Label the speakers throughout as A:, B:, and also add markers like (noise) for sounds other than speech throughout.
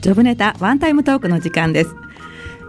A: ジョブネタワンタイムトークの時間です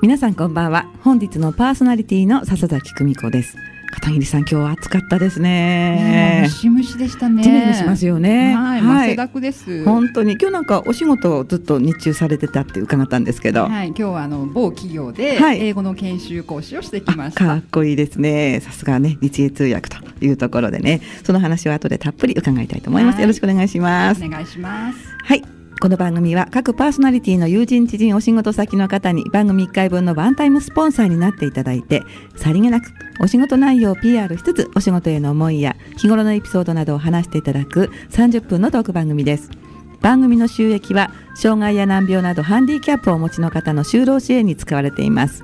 A: 皆さんこんばんは本日のパーソナリティの笹崎久美子です片桐さん今日は暑かったです
B: ね
A: ね
B: えムシムシでしたね。
A: ジメジメしますよね
B: はい、汗だくです。
A: 本当に今日なんかお仕事をずっと日中されてたって伺ったんですけど、
B: はい、今日はあの某企業で
A: はい
B: 英語の研修講師をしてきました。
A: かっこいいですねさすがね日英通訳というところでねその話は後でたっぷり伺いたいと思います、
B: はい
A: よろしくお願いします
B: お願いします。
A: はい。この番組は各パーソナリティの友人知人お仕事先の方に番組1回分のワンタイムスポンサーになっていただいてさりげなくお仕事内容を PR しつつお仕事への思いや日頃のエピソードなどを話していただく30分のトーク番組です番組の収益は障害や難病などハンディキャップをお持ちの方の就労支援に使われています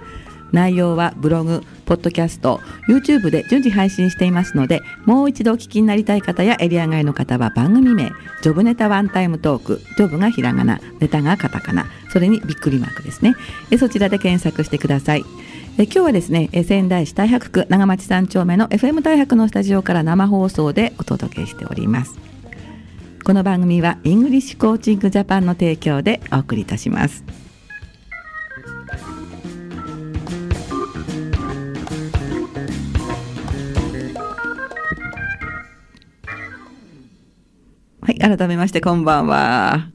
A: 内容はブログ、ポッドキャスト、YouTube で順次配信していますので、もう一度お聞きになりたい方やエリア外の方は番組名、ジョブネタワンタイムトーク、ジョブがひらがな、ネタがカタカナ、それにびっくりマークですね。えそちらで検索してください。え今日はですね、え仙台市太白区長町三丁目の FM 太白のスタジオから生放送でお届けしております。この番組はイングリッシュコーチングジャパンの提供でお送りいたします。はい、改めましてこんばんは。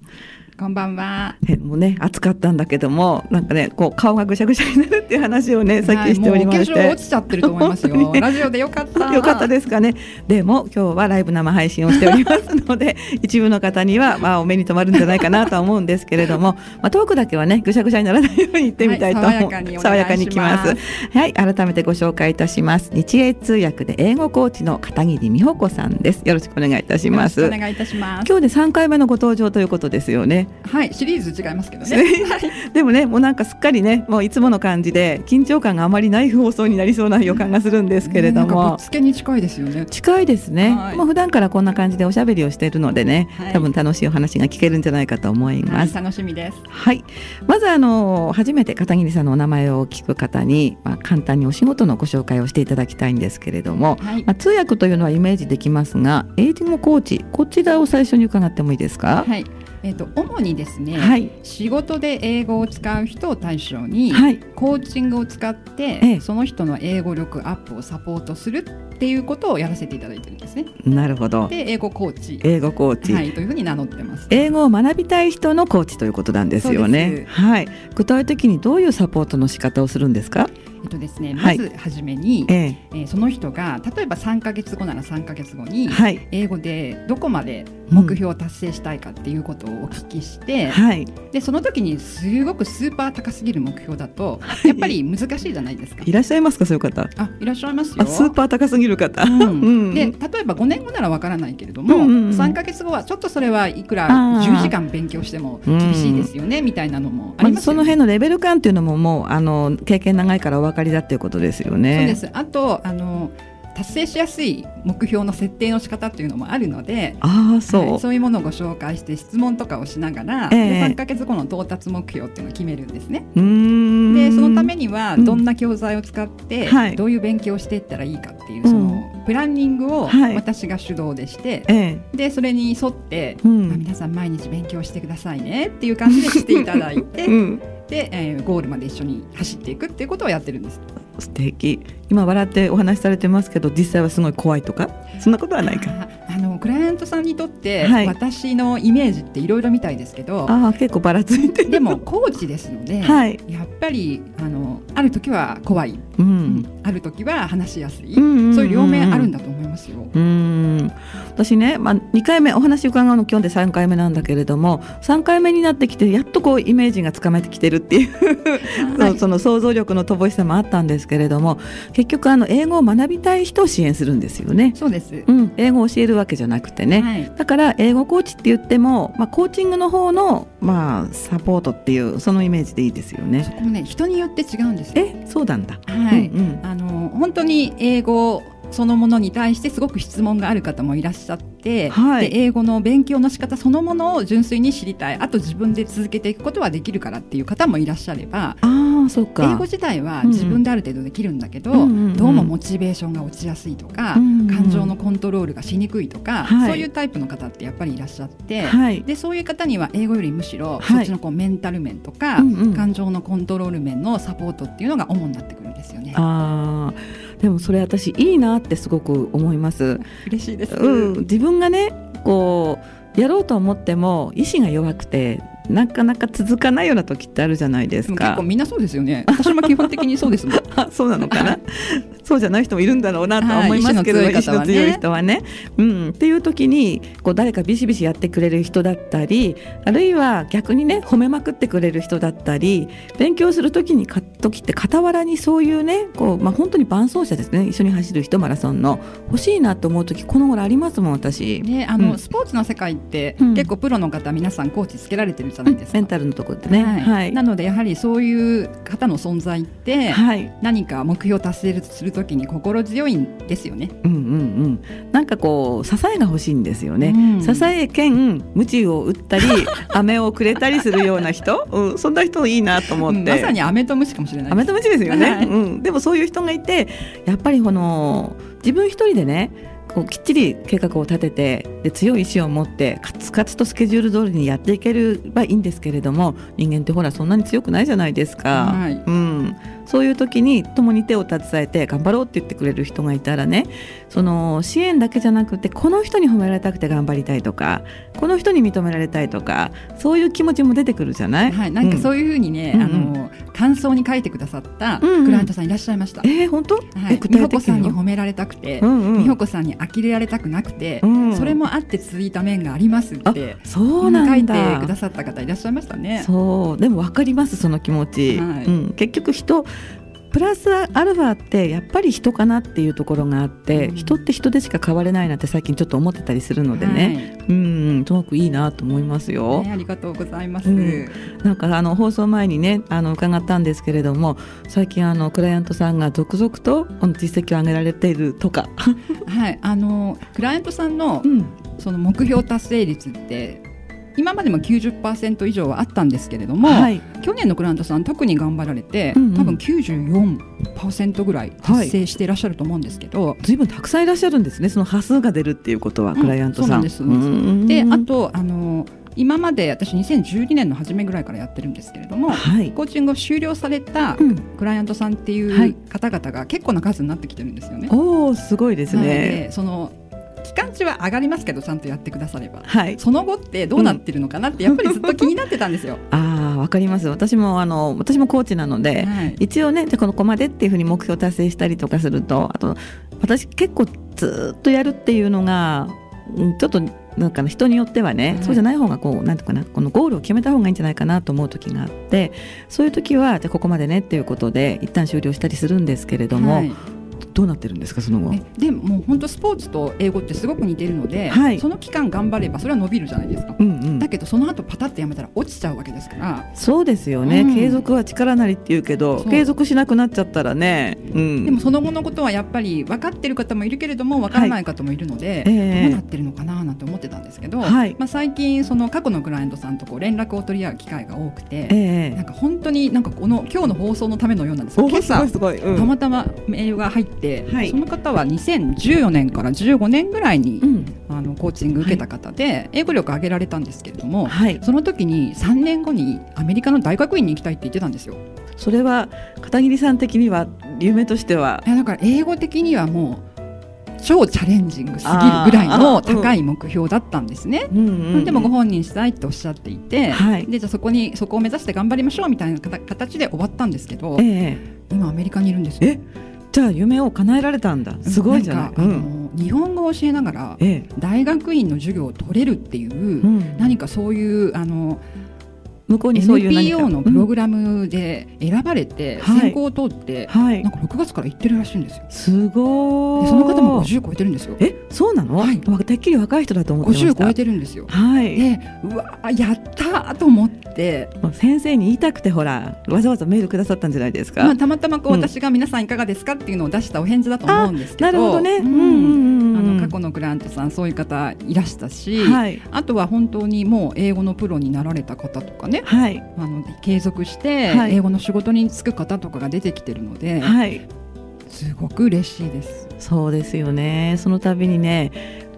B: こんばんは。
A: えもうね暑かったんだけどもなんかねこう顔がぐしゃぐしゃになるっていう話をねさっきしておりまして、
B: はいもうお化粧落ちちゃってると思います
A: (laughs) 本当
B: よ。
A: に
B: ラジオでよかった。
A: よかったですかね。でも今日はライブ生配信をしておりますので、 (laughs) 一部の方にはまあお目に留まるんじゃないかなとは思うんですけれども、 (laughs) まあトークだけはねぐしゃぐしゃにならないように言ってみたいと思う。
B: はい爽やかにお願いします
A: 爽やかにいきます。はい、改めてご紹介いたします。日英通訳で英語コーチの片桐美穂子さんです。よろしくお願いいたし
B: よろ
A: ま
B: しくお
A: す。
B: 願いいたします。
A: 今日で3回目のご登場ということですよね。
B: はい、シリーズ違いますけどね。
A: ねでもねもうなんかすっかりねもういつもの感じで緊張感があまりない放送になりそうな予感がするん (laughs) ですけれど
B: ねなんかぶ
A: も
B: っ。つけに近いですよね。
A: 近いですね、
B: はい
A: まあ普段からこんな感じでおしゃべりをしているのでね、
B: はい
A: 多分楽しいお話が聞けるんじゃないかと思い
B: は
A: ま
B: い、
A: す。
B: 楽しみです。
A: はい、まずあの初めて片桐さんのお名前を聞く方に、まあ、簡単にお仕事のご紹介をしていただきたいんですけれども、
B: はい。
A: まあ、通訳というのはイメージできますが英語コーチこちらを最初に伺ってもいいですか
B: はい。えっ、と主にですね、
A: はい
B: 仕事で英語を使う人を対象に、
A: はい
B: コーチングを使っ
A: え
B: て
A: え
B: その人の英語力アップをサポートするっていうことをやらせていただいてるんですね。
A: なるほど
B: で英語コーチ、
A: 英語コーチ、
B: はい、というふうに名乗ってます。
A: 英語を学びたい人のコーチということなんですよ
B: そう
A: ね
B: です
A: はい具体的にどういうサポートの仕方をするんですか
B: えっとですね、
A: は
B: ま
A: い
B: ずはじめに、
A: ええ
B: えーその人が例えば3か月後なら3か月後に、
A: はい
B: 英語でどこまで目標を達成したいかっていうことをお聞きして、
A: はい
B: でその時にすごくスーパー高すぎる目標だとやっぱり難しいじゃないですか。
A: いらっしゃいますかそういう方。
B: あいらっしゃいますよ。
A: あスーパー高すぎる方。
B: うん、
A: う
B: で
A: ん
B: 例えば5年後ならわからないけれども、
A: うんうんうん
B: 3か月後はちょっとそれはいくら
A: あー
B: 10時間勉強しても厳しいですよね、みたいなのもあ
A: ま
B: り
A: あ、
B: ます
A: そ
B: よ
A: の
B: ね。
A: 辺のレベル感っていうのももうあの経験長いからお分かりだっていうことですよ
B: そうで
A: ね。
B: すあとあの達成しやすい目標の設定の仕方っていうのもあるので。
A: ああそう、
B: はいそういうものをご紹介して質問とかをしながら、
A: ええ
B: で3か月後の到達目標っていうのを決めるんですね。
A: うーん
B: でそのためには
A: うん
B: どんな教材を使って、
A: はい
B: どういう勉強をしていったらいいかっていうそのプランニングを
A: はい
B: 私が主導でして、
A: ええ
B: でそれに沿って、
A: うん
B: まあ皆さん毎日勉強してくださいねっていう感じでしていただいて、
A: うん、
B: で、えーゴールまで一緒に走っていくっていうことをやってるんです。
A: 素敵今笑ってお話しされてますけど実際はすごい怖いとかそんなことはないか。
B: ああのクライアントさんにとって、
A: はい
B: 私のイメージっていろいろみたいですけど
A: ああ結構ばらついてる
B: でもコーチですので、
A: (laughs) はい、
B: やっぱりあのある時は怖い、
A: う
B: うんんある時は話しやすい、
A: うんうんうん
B: そういう両面あるんだと思いますよ。
A: うーん私ね、まあ、2回目お話伺うの今日で3回目なんだけれども3回目になってきてやっとこうイメージがつかめてきてるっていう、(laughs)
B: は
A: そうその想像力の乏しさもあったんですけれども結局あの英語を学びたい人を支援するんですよね。
B: そうです、
A: うん、英語を教えるわけじゃなくてね、
B: はい
A: だから英語コーチって言っても、まあ、コーチングの方の、まあ、サポートっていうそのイメージでいいですよ
B: そ
A: ね。
B: こもね人によって違うんですよ。
A: えそうなんだ、
B: はい、
A: うんうん
B: あの本当に英語そのものに対してすごく質問がある方もいらっしゃって、
A: はい
B: で英語の勉強の仕方そのものを純粋に知りたいあと自分で続けていくことはできるからっていう方もいらっしゃれば
A: ああそうか
B: 英語自体は自分である程度できるんだけど、
A: うんうんうん
B: どうもモチベーションが落ちやすいとか、
A: うんうん
B: 感情のコントロールがしにくいとか、
A: はい
B: そういうタイプの方ってやっぱりいらっしゃって、
A: はい
B: でそういう方には英語よりむしろ、
A: はい
B: そっちのこうメンタル面とか、
A: うんうん
B: 感情のコントロール面のサポートっていうのが主になってくるんですよね。
A: あーでもそれ私いいなってすごく思います、
B: 嬉しいです、
A: うん、自分がねこうやろうと思っても意志が弱くてなかなか続かないような時ってあるじゃないで
B: ですも結
A: か
B: 構みんなそうですよね。私も基本的にそうですもん。
A: あ (laughs) そうなのか
B: (laughs)
A: なそうじゃない人もいるんだろうなとは思いますけど、
B: はい
A: 意
B: 意
A: 志
B: 志
A: の
B: の
A: 強
B: 強
A: い
B: い
A: 人
B: 人
A: はね。うん、っていう時にこう誰かビシビシやってくれる人だったりあるいは逆にね褒めまくってくれる人だったり勉強する時にか時って傍らにそういうねこう、まあ、本当に伴走者ですね一緒に走る人マラソンの欲しいなと思う時この頃ありますもん私。
B: ね、あの、
A: うん
B: スポーツの世界って、
A: うん
B: 結構プロの方皆さんコーチつけられてるじゃ
A: う
B: ない
A: ん
B: ですか。
A: メンタルのとこってね。
B: はい
A: はい
B: なのでやはりそういう方の存在って、
A: はい
B: 何か目標を達成するときに心強いんですよね。
A: うんうんうん、なんかこう支えが欲しいんですよね、
B: うん
A: 支え兼無知を打った (laughs) り飴をくれたりするような人、 (laughs) うん、そんな人いいなと思って、
B: うんまさに飴と虫かもしれない
A: 飴と無知ですよね、
B: はい
A: うん、でもそういう人がいてやっぱりこの自分一人でねこうきっちり計画を立ててで強い意志を持ってカツカツとスケジュール通りにやっていければいいんですけれども人間ってほらそんなに強くないじゃないですか、
B: はい
A: うん、そういう時に共に手を携えて頑張ろうって言ってくれる人がいたらねその支援だけじゃなくてこの人に褒められたくて頑張りたいとかこの人に認められたいとかそういう気持ちも出てくるじゃない、
B: はい、なんか
A: う
B: そういうふうにね、
A: うん
B: あの感想に書いてくださった
A: うんうん
B: クライアントさんいらっしゃいました。
A: んえー本当、
B: は
A: え
B: い、
A: 具
B: 美
A: 体
B: 穂子
A: 的
B: さんに
A: に
B: 褒められたくて、
A: うんうん
B: 美穂子さんに呆れられたくなくて、
A: うん
B: それもあって続いた面がありますって
A: そう
B: 書
A: ないん
B: て
A: だ
B: くださった方いらっしゃいましたね。
A: そうでも分かりますその気持ち、
B: はい
A: うん、結局人プラスアルファってやっぱり人かなっていうところがあって、
B: うん
A: 人って人でしか変われないなって最近ちょっと思ってたりするのでね、うんうんすごくいいなと思います
B: は
A: よ
B: い、ね。ありがとうございます。
A: うんなんかあの放送前にねあの伺ったんですけれども最近あのクライアントさんが続々とこの実績を上げられているとか、
B: はい、あのクライアントさんの
A: ん、
B: その目標達成率って今までも90%以上はあったんですけれども、
A: はい
B: 去年のクライアントさん特に頑張られて、
A: うんうん
B: 多分94%ぐらい達成していらっしゃると思うんですけど、
A: 随分たくさんいらっしゃるんですねその波数が出るっていうことは
B: うん
A: クライアントさん。
B: そうなんです
A: んうんうん
B: であとあの今まで私2012年の初めぐらいからやってるんですけれども
A: はい、
B: コーチングを終了された
A: うん、
B: クライアントさんってい
A: はいう
B: 方々が結構な数になってきてるんですよね。
A: おおすごいです
B: なの
A: ね。
B: でその期間中は上がりますけどちゃんとやってくだされば
A: はい
B: その後ってどうなってるのかなってやっぱりずっと気になってたんで
A: (laughs)
B: すよ。
A: ああわかります私もあの私もコーチなので、
B: はい
A: 一応ねでこのここまでっていうふうに目標達成したりとかするとあと私結構ずーっとやるっていうのがうんちょっとなんかね人によってはね、
B: はい
A: そうじゃない方がこうなんていうかなこのゴールを決めた方がいいんじゃないかなと思う時があってそういう時はじゃあここまでねっていうことで一旦終了したりするんですけれども、
B: はい
A: どうなってるんですかその後
B: えでもう本当スポーツと英語ってすごく似てるので、
A: はい
B: その期間頑張ればそれは伸びるじゃないですか、
A: うんうん
B: だけどその後パタってやめたら落ちちゃうわけですから、
A: そうですよね、
B: うん
A: 継続は力なりっていうけど
B: そう
A: 継続しなくなっちゃったらね、うん、
B: でもその後のことはやっぱり分かってる方もいるけれども分からない方もいるので、
A: ええ
B: どうなってるのかななんて思ってたんですけど、
A: はい
B: まあ、最近その過去のクライアントさんとこう連絡を取り合う機会が多くて、
A: え
B: な
A: え
B: んか本当になんかこの今日の放送のためのようなんですけ
A: お
B: ど
A: ー
B: 今
A: すご
B: 朝
A: いすごい、うん
B: たまたまメールが入って、
A: はい
B: その方は2014年から15年ぐらいに
A: うん、
B: あのコーチング受けた方で、英語力上げられたんですけれども、
A: はい
B: その時に3年後にアメリカの大学院に行きたいって言ってたんですよ。
A: それは片桐さん的には夢としてはい
B: やだから英語的にはもう超チャレンジングすぎるぐらい
A: あ
B: の
A: ーあー
B: 高い目標だったんですね。
A: うん
B: でもご本人したいっておっしゃっていて、
A: はい
B: でじゃあそこにそこを目指して頑張りましょうみたいな形形で終わったんですけど
A: え、え
B: 今アメリカにいるんですよ。
A: えじゃあ夢を叶えられたんだすごいじゃない
B: んかあの日本語を教えながら
A: ええ
B: 大学院の授業を取れるっていう、
A: うん
B: 何かそういうあの
A: 向こうにそういう何か
B: NPO のプログラムで選ばれて
A: はい
B: 選考を通って、
A: うんはい
B: なんか6月から行ってるらしいんですよ。
A: すご
B: で
A: い
B: その方も50超えてるんですよ。
A: えそうなの、
B: はい
A: わてっきり若い人だと思ってまし
B: 50
A: た
B: 超えてるんですよ。
A: はい、
B: でうわーやったーと思って、
A: もう先生に言いたくてほらわざわざメールくださったんじゃないですか、
B: まあ、たまたまこう
A: うん
B: 私が皆さんいかがですかっていうのを出したお返事だと思うんですけ
A: な
B: ど
A: るほどね、
B: う
A: うんう
B: ん
A: んうんうん
B: あの過去のクライアントさんそういう方いらしたし、
A: はい
B: あとは本当にもう英語のプロになられた方とかね
A: はい
B: あの継続して
A: はい
B: 英語の仕事に就く方とかが出てきてるので、
A: はい
B: すごく嬉しいです。
A: そうですよねその度にね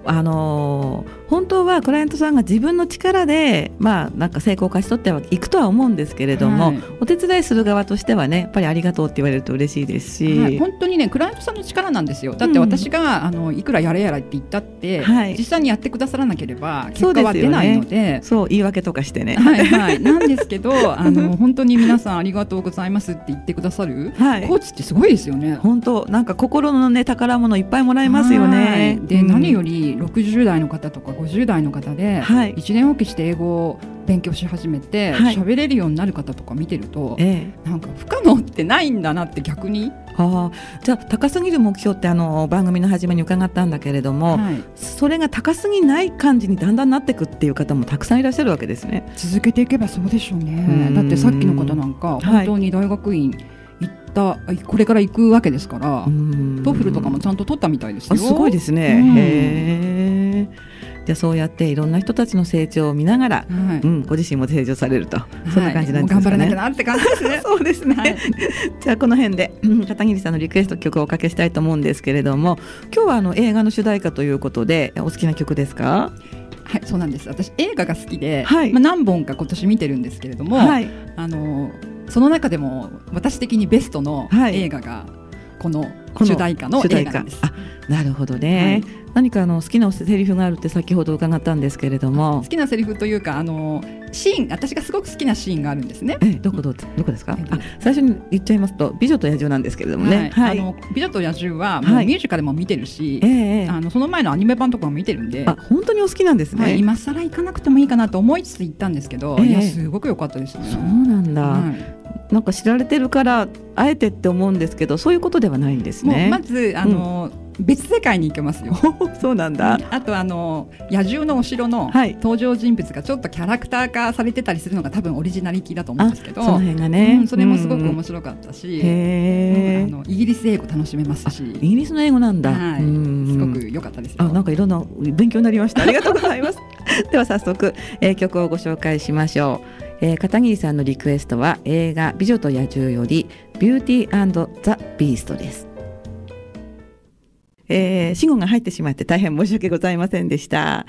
A: あのー本当はクライアントさんが自分の力で、まあ、なんか成功を勝ち取ってはいくとは思うんですけれども、
B: はい
A: お手伝いする側としてはねやっぱりありがとうって言われると嬉しいですし、
B: はい、本当にねクライアントさんの力なんですよだって私が、あのいくらやれやらって言ったって、
A: はい
B: 実際にやってくださらなければ
A: そ
B: 結
A: うで
B: 果
A: すよね
B: は出ないので
A: そう言い訳とかしてね。
B: はいはい、なんですけ (laughs) どあの本当に皆さんありがとうございますって言ってくださる、
A: はい
B: コーチってすごいですよね。
A: 本当なんか心のね宝物いっぱいもらえますよね
B: は。いで、何よ
A: り
B: り60代の方とか50代の方で、
A: はい
B: 一年おきして英語を勉強し始めて
A: はい
B: 喋、れるようになる方とか見てると
A: ええ、
B: なんか不可能ってないんだなって逆に、
A: ああじゃあ高すぎる目標ってあの番組の初めに伺ったんだけれども、
B: はい
A: それが高すぎない感じにだんだんなってくっていう方もたくさんいらっしゃるわけですね。
B: 続けていけばそうでしょう
A: う
B: ね
A: ん
B: だってさっきの方なんか
A: い
B: 本当に大学院行った、これから行くわけですから、
A: ト
B: トフルとかもちゃんと取ったみたいですよ
A: あすごいですね。
B: う
A: へ
B: ん
A: え。じゃあそうやっていろんな人たちの成長を見ながら、
B: はい
A: うん、ご自身も成長されると、そんな感じなんです
B: は
A: か
B: いもう頑張らな
A: ね
B: きゃ。なって感じですね
A: そうですね、
B: はい
A: じゃあこの辺でうん片桐さんのリクエスト曲をおかけしたいと思うんですけれども今日はあの映画の主題歌ということでお好きな曲ですか
B: はい、そうなんです。私映画が好きで、
A: はい
B: まあ何本か今年見てるんですけれども、
A: はい
B: あのその中でも私的にベストの
A: はい
B: 映画がこの
A: この
B: 主題歌の
A: 主
B: 映
A: 題
B: 画
A: 歌
B: なんです。
A: あなるほどね、何かあの好きなセリフがあるって先ほど伺ったんですけれども
B: 好きなセリフというかあのシーン、私がすごく好きなシーンがあるんですね。
A: えどこどどこですか
B: えっと
A: あ最初に言っちゃいますと美女と野獣なんですけれどもね
B: はい、あ
A: はい
B: の美女と野獣はも
A: は
B: う
A: い
B: ミュージカルも見てるし、
A: ええええ
B: あのその前のアニメ版とかも見てるんで。
A: あ本当にお好きなんですね、
B: はい、今更行かなくてもいいかなと思いつつ行ったんですけど、
A: ええ
B: いやすごく良かったですね。
A: そうなんだ、
B: はい
A: なんか知られてるからあえてって思うんですけどそういうことではないんです
B: もう
A: ね
B: まずあの、別世界に行けますよ。
A: そうなんだ。
B: あとあの野獣のお城の
A: はい
B: 登場人物がちょっとキャラクター化されてたりするのが多分オリジナリティだと思う
A: あ、
B: んです
A: そ
B: けど、
A: の辺がね、
B: うんそれもすごく面
A: 白
B: 白かった
A: い
B: し、
A: へ
B: あ
A: え。
B: のイギリス英語楽しめますし、
A: イギリスの英語なんだ。
B: はい、
A: うん
B: すごく良かったです
A: あ、
B: よ。
A: なんかいろんな勉強になりました。ありがとうございます。 (laughs) では早速、えー曲をご紹介しましょう、えー片桐さんのリクエストは映画美女と野獣よりビューティーザビーストです。えー、死後が入ってしまって大変申し訳ございませんでした。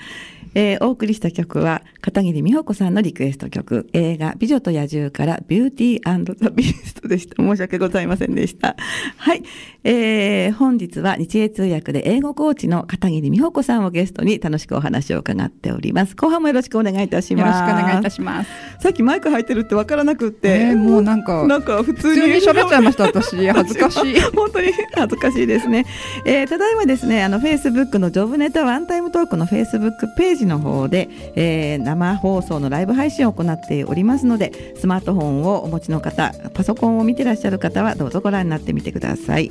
A: えーお送りした曲は片桐美穂子さんのリクエスト曲映画美女と野獣からビューティーザビーストでした。申し訳ございませんでした。はい。えー本日は日英通訳で英語コーチの片桐美穂子さんをゲストに楽しくお話を伺っております。後半もよろしくお願いいたし
B: よろしくお
A: ます。
B: 願いいたします。
A: さっきマイク入ってるってわからなくって、
B: えーもうなんか
A: なんか普通
B: 普
A: に
B: 通に喋っちゃいまし
A: (laughs)
B: た私恥ずかしい。
A: 本当に恥ずかしいですね、えーただいまですねあのフェイスブックのジョブネタワンタイムトークのフェイスブックページの方で、えー生放送のライブ配信を行っておりますのでスマートフォンをお持ちの方パソコンを見てらっしゃる方はどうぞご覧になってみてください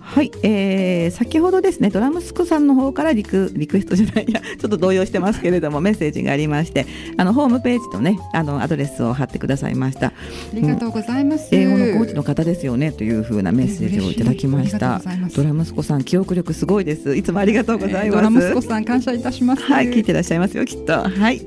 A: はい、えー先ほどですねドラムスクさんの方からリクリクエストじゃないいやちょっと動揺してますけれどもメッセージがありましてあのホームページとねあのアドレスを貼ってくださいました
B: ありがとうございます。
A: 英語のコーチの方ですよねというふうなメッセージをいただきました
B: 嬉しいありがとうございます
A: ドラムスコさん記憶力すごいですいつもありがとうございます、
B: えードラムスコさん感謝いたします。
A: はい聞いてらっしゃいますよきっとはい、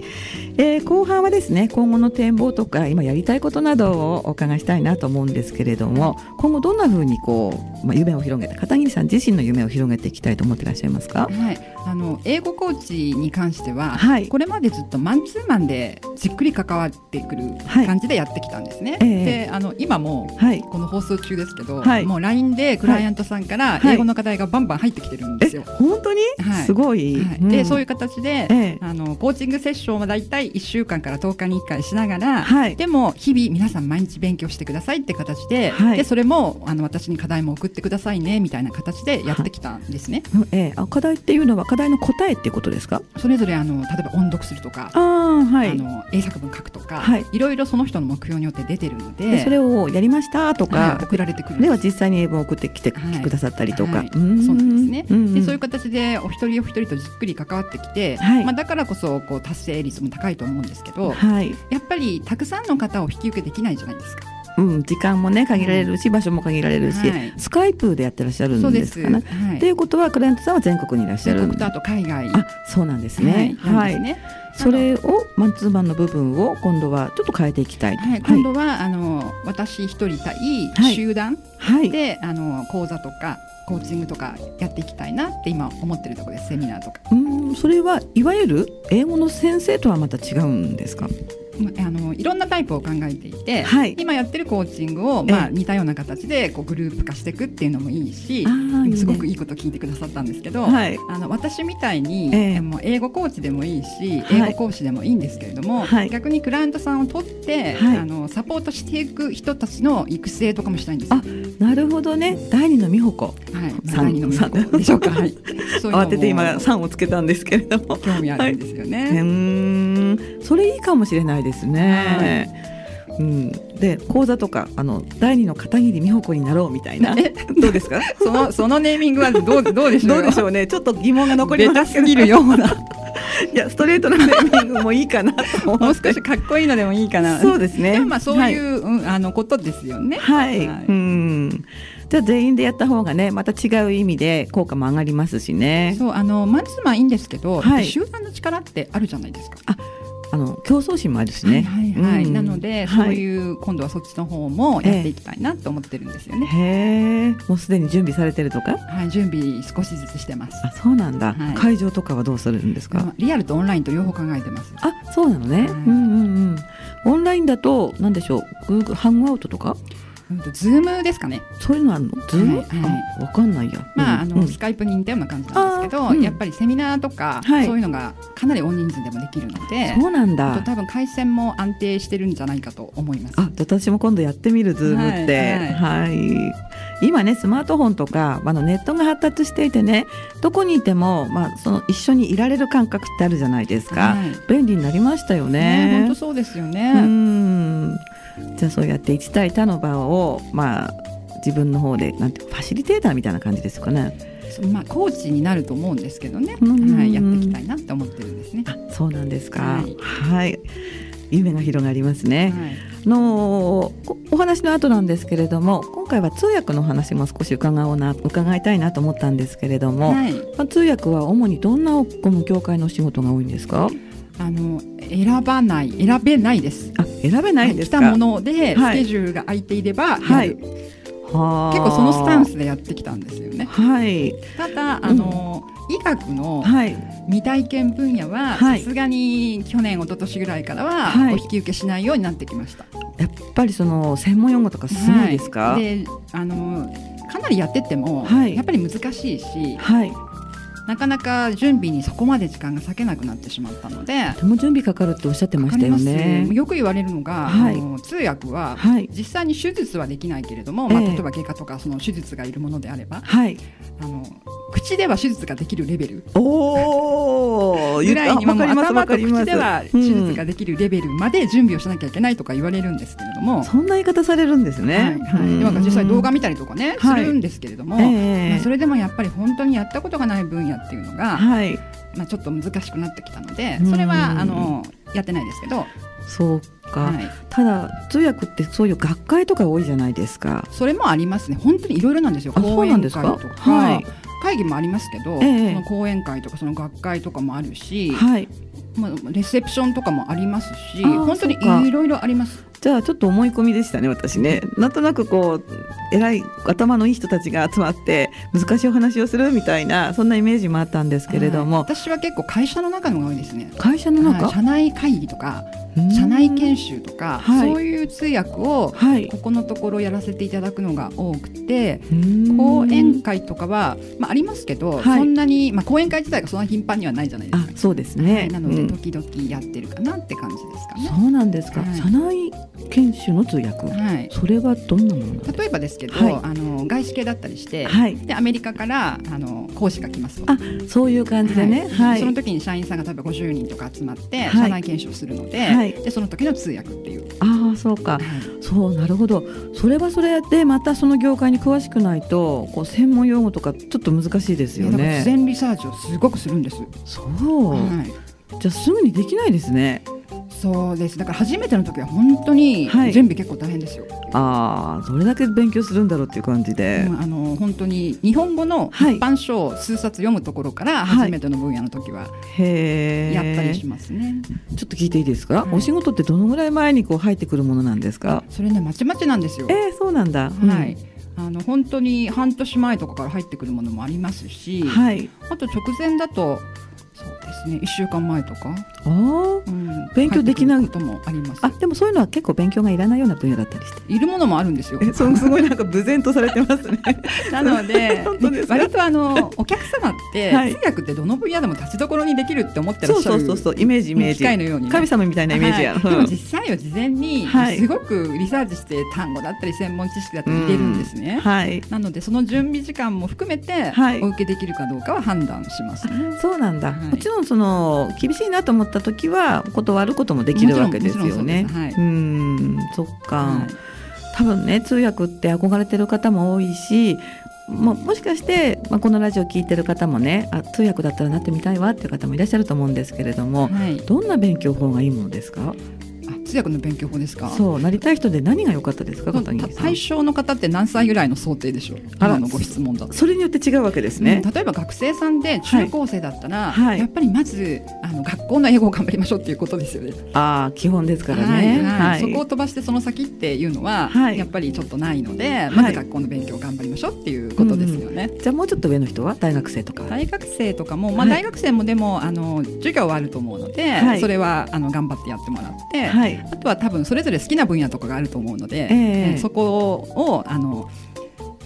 A: えー後半はですね今後の展望とか今やりたいことなどをお伺いしたいなと思うんですけれども今後どんなふうにこう、まあ、夢を広げて片桐さん自身の夢を広げていきたいと思ってらっしゃいますか
B: はい、あの英語コーチに関しては、
A: はい
B: これまでずっとマンツーマンでじっくり関わってくる
A: はい
B: 感じでやってきたんですね。
A: ええ
B: であの今も
A: はい
B: この放送中ですけど、
A: はい
B: もう LINE でクライアントさんから
A: はい
B: 英語の課題がバンバン入ってきてるんです
A: え
B: よ。
A: 本当に、
B: はい
A: すごい、
B: はいでそういうう形で、
A: ええ
B: あのコーチングセッションはだいたい1週間から10日に1回しながら、
A: はい
B: でも日々皆さん毎日勉強してくださいって形で,、
A: はい
B: でそれもあの私に課題も送ってくださいねみたいな形でやってきたんですね。
A: えーあ課題っていうのは課題の答えっていうことですか
B: それぞれあの例えば音読するとか
A: ああは
B: あの英作文書くとか、
A: はい
B: い、ろいろその人の目標によって出てるので
A: でそれをやりましたと
B: はい
A: か、
B: 送られてくるん
A: で
B: です
A: は実際に英文を送ってきて、
B: はい
A: 来てくださったりとか、
B: はいそうなんですね
A: うんうん
B: でそういう形でお一人お一人とじっくり関わってきて、
A: はい
B: まあ、だからこそこう達成率も高いと思うんですけど
A: はい、
B: やっぱりたくさんの方を引き受けできないじゃないですか。
A: うん、時間もね限られるし、場所も限られるし、
B: はい
A: スカイプでやってらっしゃる
B: そ
A: ん
B: うで。
A: ですすかね。
B: はい
A: ということはクライアントさんは全国にいらっしゃ
B: 全
A: る
B: 国とあと海外
A: あそうなんですね。
B: は
A: はいい、
B: なんですね
A: それをマンツーマンの部分を今度はちょっと変えていきたいと。
B: はい、今度は、あの私一人対
A: はい
B: 集団
A: はい、
B: で、あの講座とかコーチングとかやっていきたいなって今思ってるところですセミナーとか
A: うん、それはいわゆる英語の先生とはまた違うんですか。
B: もうあのいろんなタイプを考えていて、
A: はい
B: 今やってるコーチングを、まあ、
A: ええ
B: 似たような形でこうグループ化していくっていうのもいいし
A: ああ
B: すごく
A: いい
B: いいこと聞いてくださったんですけど、
A: ね。はい。
B: あの私みたいに、
A: ええ
B: もう英語コーチでもいいし、
A: はい
B: 英語講師でもいいんですけれども、
A: はい
B: 逆にクライアントさんを取って、
A: はい
B: あのサポートしていく人たちの育成とかもしたいんですよ。
A: なるほどね。第二の美穂子。
B: はい、
A: さん
B: 何の (laughs) 魅力でしょうか。はい、そういうのも
A: 慌てて今 (laughs) 三をつけたんですけれども。
B: 興味あるんですよ
A: う
B: ね。
A: ーん、それいいかもしれないですね。うん、で講座とかあの第二の片桐美穂子になろうみたいな
B: え
A: どうですか
B: そのそのネーミングはどうどうでしょ
A: ど
B: う
A: うでしょうねちょっと疑問が残り
B: ベ
A: ま
B: タ
A: す
B: すぎるような、
A: いやストレートなネーミングもいいかなと思
B: (laughs) も
A: っ
B: う
A: て
B: 少しかっこいいのでもいいか (laughs) な。
A: そうですね
B: でもまあそういう、うん、あのことですよね。
A: はい、
B: はい
A: うんじゃあ全員でやった方がねまた違う意味で効果も上がりますしね
B: そうあのマンツーマンいいんですけど、
A: はい
B: 集団の力ってあるじゃないですか。
A: あの競争心もあるしね
B: はいはいはい
A: うん
B: なので、
A: はい
B: そういう今度はそっちの方もやっていきたいなと思ってるんですよね。
A: へえもうすでに準備されてるとか
B: はい、準備少しずつしてます。
A: あそうなんだ、
B: はい
A: 会場とかはどうするんですか、
B: まあリアルとオンラインと両方考えてます。
A: あそうなのね、
B: はい
A: うんうんうんオンラインだと何でしょう Google ハングアウトとか
B: うんと、ズームですかね。
A: そういうのあるのズーム、
B: はいはい
A: あわかんないや
B: まあ、あ
A: うん
B: の、
A: うん
B: スカイプに似たような感じなんですけど、
A: あーうん
B: やっぱりセミナーとか、
A: はい
B: そういうのがかなり大人数でもできるので、
A: そうなん
B: あ
A: だ
B: と多分回線も安定してるんじゃないかと思います。
A: あ私も今度やってみるズームっては、
B: はい
A: 今ねスマートフォンとかあのネットが発達していてねどこにいても、まあ、その一緒にいられる感覚ってあるじゃないですか、
B: はい
A: 便利になりましたよ
B: ね本
A: ね
B: 当そうですよ
A: う
B: ね。
A: んじゃあそうやって1対他の場をまあ自分の方でなんてファシリテーターみたいな感じですかね
B: そまあコーチになると思うんですけどね、
A: うん
B: はい、やっていきたいなって思ってるんですね。
A: あそうなんですかは
B: はいい、
A: 夢が広がりますね、
B: はい
A: あのーこお話の後なんですけれども今回は通訳のお話も少し伺おうな伺いたいなと思ったんですけれども、
B: はい、
A: まあ通訳は主にどんなご無協会のお仕事が多いんですか
B: あの選ばない選べないです。
A: あ選べないんですか、
B: 来たものでス
A: はい
B: ケジュールが空いていればやる、
A: はい
B: 結
A: はあ
B: 構そのスタンスでやってきたんですよね。
A: はい
B: ただあの、医学の
A: はい
B: 未体験分野は
A: は
B: さ
A: い
B: すがに去年一昨年ぐらいからは
A: はい
B: お引き受けしないようになってきました。
A: やっぱりその専門用語とかすごいですか
B: は
A: はいい、
B: であのかなりやってても、
A: はい
B: やっぱり難しいしなかなか準備にそこまで時間が割けなくなってしまったので。
A: とても準備かかるっておっしゃってましたよ
B: わかります
A: ね
B: よく言われるのが、
A: はい
B: あの通訳は
A: はい
B: 実際に手術はできないけれども、まあ、
A: ええ
B: 例えば外科とかその手術がいるものであれば
A: はい
B: あの口では手術ができるレベル
A: おお
B: ぐらいにはもう頭と口では手術
A: う
B: が
A: ん
B: できるレベルまで準備をしなきゃいけないとか言われるんですけれども、
A: そんな言い方されるんです
B: はい
A: ね。
B: はい
A: うん
B: でなんか実際動画見たりとかね、
A: はい
B: するんですけれども、
A: ええ
B: まあそれでもやっぱり本当にやったことがない分野っていうのが、
A: はい、
B: まあ、ちょっと難しくなってきたので
A: うん
B: それはあのやってないですけど、
A: そうか、
B: はい、
A: ただ通訳ってそういう学会とか多いじゃないですか。
B: それもありますね本当にいろいろなんですよ
A: あそう
B: 講
A: なん
B: 演
A: で
B: 会
A: すか
B: とか、
A: はい
B: 会議もありますけど、
A: ええ
B: その講演会とかその学会とかもあるし、
A: はい、
B: まあ、レセプションとかもありますし
A: あー
B: 本当に
A: そうか
B: いろいろあります。
A: じゃあちょっと思い込みでしたね私ね。なんとなくこう偉い頭のいい人たちが集まって難しいお話をするみたいなそんなイメージもあったんですけれども、
B: はい私は結構会社の中のが多いですね。
A: 会社の中、
B: はい社内会議とか
A: うん
B: 社内研修とか、
A: はい
B: そういう通訳を
A: はい
B: ここのところやらせていただくのが多くて講演会とかは、まあ、ありますけど、
A: はい
B: そんなに、まあ、講演会自体がそんな頻繁にはないじゃないです
A: あ
B: か。
A: そうですね、
B: はいなの
A: う
B: で
A: ん
B: 時々やってるかなって感じですかね。
A: そうなんですか、
B: はい
A: 社内研修の通訳、
B: はい、
A: それはどんなものなんですか
B: 例えばですけど、
A: はい
B: あの外資系だったりして、
A: はい
B: でアメリカからあの講師が来ますと
A: あそういう感じでねはい、
B: その時に社員さんが多分50人とか集まって、
A: はい
B: 社内研修をするので,、
A: はい
B: でその時の通訳っていう、
A: ああそうかそうなるほどそれはそれでまたその業界に詳しくないとこう専門用語とかちょっと難しいですよ
B: だから事
A: ね
B: 前リサーチをすごくするんです、
A: そう、
B: はい、
A: じゃあすぐにできないですね
B: そうですだから初めての時は本当に
A: はい
B: 準備結構大変ですよ、
A: ああどれだけ勉強するんだろうっていう感じで、
B: うんあの本当に日本語の一
A: はい
B: 般書を数冊読むところか
A: はい
B: ら初めての分野の時は
A: へえ
B: やったりしますね、
A: ちょっと聞いていいですか、
B: はい
A: お仕事ってどのぐらい前にこう入ってくるものなんですか
B: それねまちまちなんですよ
A: えー、そうなんだ、うん
B: はい、あの本当に半年前とかから入ってくるものもありますし、
A: はい
B: あと直前だとそうですね1週間前とか、
A: あー
B: うん
A: 勉強できない
B: 入ってくることもあります
A: あでもそういうのは結構勉強がいらないような分野だったりして
B: いるものもあるんですよ
A: えそのすごいなんか無然とされてますね
B: (laughs) なの
A: (laughs)
B: で
A: 本当ですか
B: 割とあのお客様って、
A: はい
B: 通訳ってどの分野でも立ちどころにできるって思ってら
A: そ
B: っ
A: う
B: しゃ
A: そう
B: る
A: そうそうイメージイメー
B: 機械
A: ジ
B: のようにね
A: (laughs) 神様みたいなイメージや、
B: はい、で (laughs) も実際は事前に
A: はい
B: すごくリサーチして単語だったり専門知識だったり入れるんですね、
A: はい
B: なのでその準備時間も含めて
A: はい
B: お受けできるかどうかは判断しますね、
A: そうなんだ、
B: はい
A: もちろんその厳しいなと思った時は断ることもできるわけですよね
B: もちろんもちろんそうですはい
A: んそっか、
B: はい
A: 多分ね通訳って憧れてる方も多いしももしかして、まあ、このラジオ聞いてる方もねあ通訳だったらなってみたいわっていう方もいらっしゃると思うんですけれども、
B: はい
A: どんな勉強法がいいものですか
B: あ通訳の勉強法ですか
A: そうなりたい人で何が良かったですか
B: た
A: 小谷さん
B: 対象の方って何歳ぐらいの想定でしょう
A: あら
B: 今のご質問だと、
A: それによって違うわけですね
B: う、ん例えば学生さんで中高生だった
A: はい
B: ら、
A: はい
B: やっぱりまずあの学校の英語を頑張りましょうっていうことですよね
A: ああ基本ですからね
B: はいはいそこ
A: は
B: を飛ばしてその先っていうのは、
A: はい
B: やっぱりちょっとないので、
A: い
B: まず学校の勉強を頑張りましょうっていうことですよね。
A: いじゃあもうちょっと上の人は大学生とか、
B: 大学生とかも、ま
A: は
B: あ、
A: い
B: 大学生もでも、あの授業はあると思うので、
A: はい
B: それはあの頑張ってやってもらって、
A: はい
B: あとは多分それぞれ好きな分野とかがあると思うので、
A: ええ
B: ねそこをあの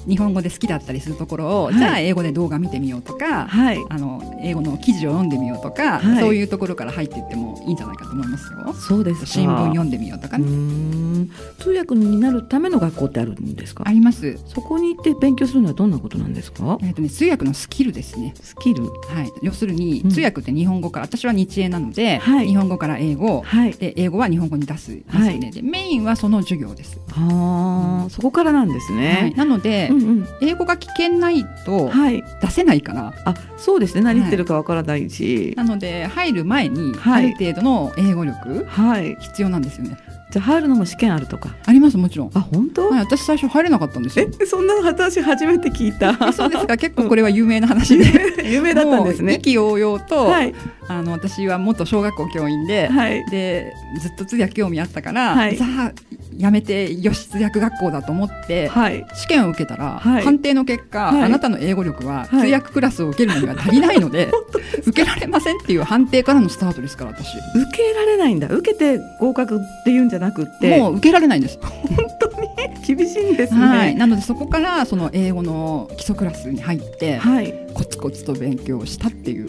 B: 日本語で好きだったりするところを、
A: はい
B: じゃあ英語で動画見てみようとか、
A: はい
B: あの英語の記事を読んでみようとか、
A: はい
B: そういうところから入っていってもいいんじゃないかと思いますよ。
A: そうですか
B: 新聞読んでみようとかね、
A: うーん通訳になるための学校ってあるんですか
B: あります。
A: そこに行って勉強するのはどんなことなんですか
B: えっとね、通訳のスキルですね。
A: スキル
B: はい、要するに、
A: うん
B: 通訳って日本語から私は日英なので、
A: はい
B: 日本語から英語
A: はい
B: で英語は日本語に出すますよね、
A: はい
B: でメインはその授業です、
A: あーそこからなんです
B: はい
A: ね、
B: なので、
A: うんうん
B: 英語が聞けないと
A: はい
B: 出せないから
A: あそうですね何言ってるかわからないし
B: なので入る前にあ
A: はい
B: る程度の英語力
A: はい、
B: 必要なんですよね、
A: じゃあ入るのも試験あるとか
B: ありますもちろん、は
A: あ本当、
B: い、私最初入れなかったんですよ
A: えそんな話初めて聞いた
B: そ
A: (laughs)
B: うですか結構これは有名な話で
A: 有名だったんです
B: もう
A: ね
B: 意気揚々と、
A: はい
B: あの私は元小学校教員で、
A: はい
B: でずっと通訳興味あったから、
A: はい
B: じゃあやめてよし通訳学校だと思って、
A: はい
B: 試験を受けたら、
A: はい
B: 判定の結果、
A: はい
B: あなたの英語力は通
A: はい
B: 訳クラスを受けるのには足りないの
A: (laughs)
B: で、受けられませんっていう判定からのスタートですから私
A: 受けられないんだ受けて合格っていうんじゃなくって
B: もう受けられないんです、
A: 厳しいんですね
B: はい、なのでそこからその英語の基礎クラスに入って、
A: はい
B: コツコツと勉強したっていう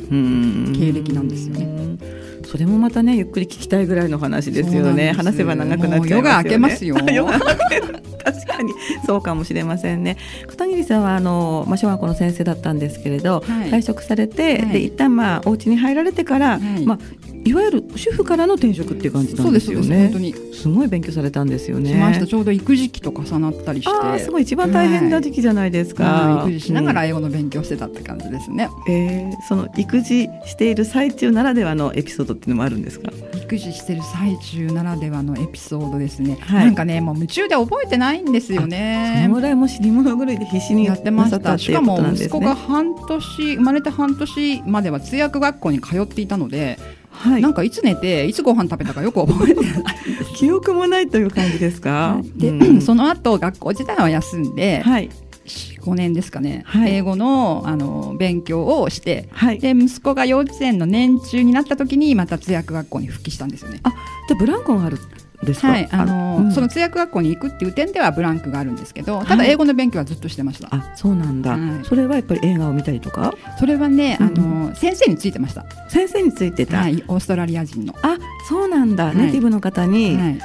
A: 経
B: 経歴なんですよ
A: ね。それもまたねゆっくり聞きたいぐらいの話です
B: そう
A: よ
B: なんで
A: ね。
B: す
A: 話せば長くなっちゃいます (laughs) よね。
B: もう夜が
A: (laughs) 確かにそうかもしれませんね。片桐さんはあのまあ小学校の先生だったんですけれど、
B: はい
A: 退職されて、
B: はい
A: で一旦まあお家に入られてから、
B: はい
A: まあいわゆる主婦からの転職っていう感じな
B: そうんで
A: ですす
B: そう
A: よ
B: です、
A: ね
B: 本当。に
A: すごい勉強されたんですよね。
B: しましたちょうど育児期と重なったりして
A: ああすごい一番大変な時期じゃないですか。
B: はい育児しなが
A: うん
B: ら英語の勉強してたって感じですね、
A: えーその育児している最中ならではのエピソードっていうのもあるんですか。
B: 育児してる最中ならではのエピソードですね、
A: はい
B: なんかねもう夢中で覚えてないんですよ
A: そ
B: ね
A: のぐらいもう死に物狂いで必死に
B: やってまし
A: なさ
B: た
A: って
B: し
A: いう
B: か
A: こ
B: も
A: となんです
B: 息
A: ね
B: 子が半年生まれて半年までは通訳学校に通っていたので、
A: はい
B: なんかいつ寝ていつご飯食べたかよく覚えてない
A: 記憶もないという感じですか。
B: で、
A: うん
B: その後学校自体は休んで、
A: はい
B: 5年ですかね、
A: はい
B: 英語のあの勉強をして
A: はい。じ
B: で息子が幼稚園の年中になった時にまた通訳学校に復帰したんですよね。
A: ゃあブランコがあるんですか。
B: はい、あの
A: うん
B: その通訳学校に行くっていう点ではブランクがあるんですけど、
A: い
B: ただ英語の勉強はずっとしてました。
A: あ、そうなんだ、
B: はい
A: それはやっぱり映画を見たりとか、
B: それはね、
A: うん
B: あの先生についてました。
A: 先生についてた。
B: はい、オーストラリア人の。
A: あ、そうなんだ。
B: はい
A: ネイティブの方に
B: はい、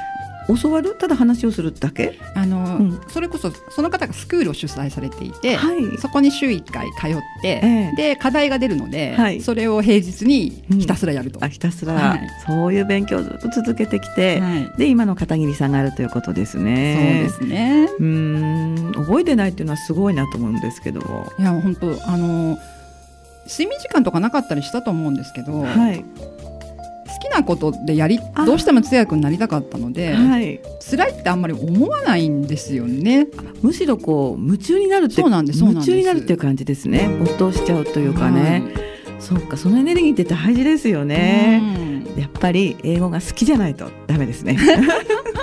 A: 教わる、ただ話をするだけ。
B: あの、
A: うん
B: それこそその方がスクールを主催されていて、
A: はい。
B: そこに週1回通って、
A: ええ
B: で課題が出るので、
A: はい
B: それを平日にひたすらやると。
A: あ、ひたすら、
B: はい
A: そういう勉強をずっと続けてきて、
B: はい
A: で今の片桐さんがあるということですね。
B: そうですね。
A: うーん覚えてないっていうのはすごいなと思うんですけど。
B: いや本当あの睡眠時間とかなかったりしたと思うんですけど、
A: はい、
B: 好きなことでやり
A: あー
B: どうしても通訳になりたかったので、
A: はい、
B: 辛いってあんまり思わないんですよね。
A: むしろこう夢中になるって
B: そうなんですそうな
A: 夢
B: んです
A: 中になるっていう感じですね没頭しちゃうというかね、そうかそのエネルギーって大事ですよ
B: はい。
A: ね、
B: うん
A: やっぱり英語が好きじゃないとダメです
B: (laughs)
A: ね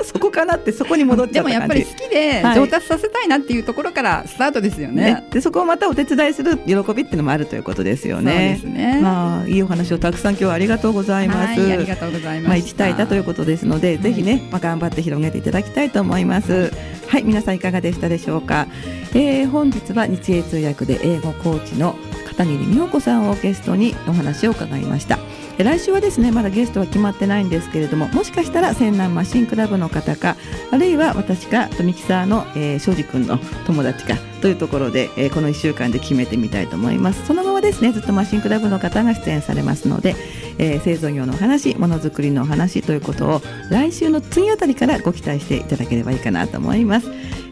A: そこかなってそこに戻っちゃ
B: で
A: った
B: もやっ
A: 感
B: ぱ
A: じ
B: り好きで
A: はい
B: 上達させたいなっていうところからスタートですよね。
A: ね、でそこをまたお手伝いする喜びっていうのもあるということですよね
B: そうですね。
A: まあいいお話をたくさん今日はありがとうございます
B: はい、ありがとうございます。
A: まあ、一対多ということですので、
B: い
A: ぜひね、まあ、頑張って広げていただきたいと思います。はい、皆さんいかがでしたでしょうか。えー本日は日英通訳で英語コーチの片桐美穂子さんをゲストにお話を伺いました。えー来週はですね、まだゲストは決まってないんですけれども、もしかしたら仙南マシンクラブの方か、あるいは私か、あとミキサーの、えー、庄司くんの友達かというところで、えーこの1週間で決めてみたいと思います。そのままですね、ずっとマシンクラブの方が出演されますので、えー製造業のお話ものづくりのお話ということを来週の次あたりからご期待していただければいいかなと思います、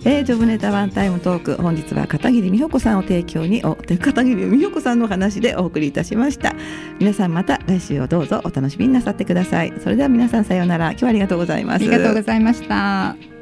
A: えージョブネタワンタイムトーク本日は片桐美穂子さんを提供にお片桐美穂子さんのお話でお送りいたしました皆さんまた来週をどうぞお楽しみになさってくださいそれでは皆さんさようなら今日はありがとうござい
B: あ
A: ます
B: りがとうございました。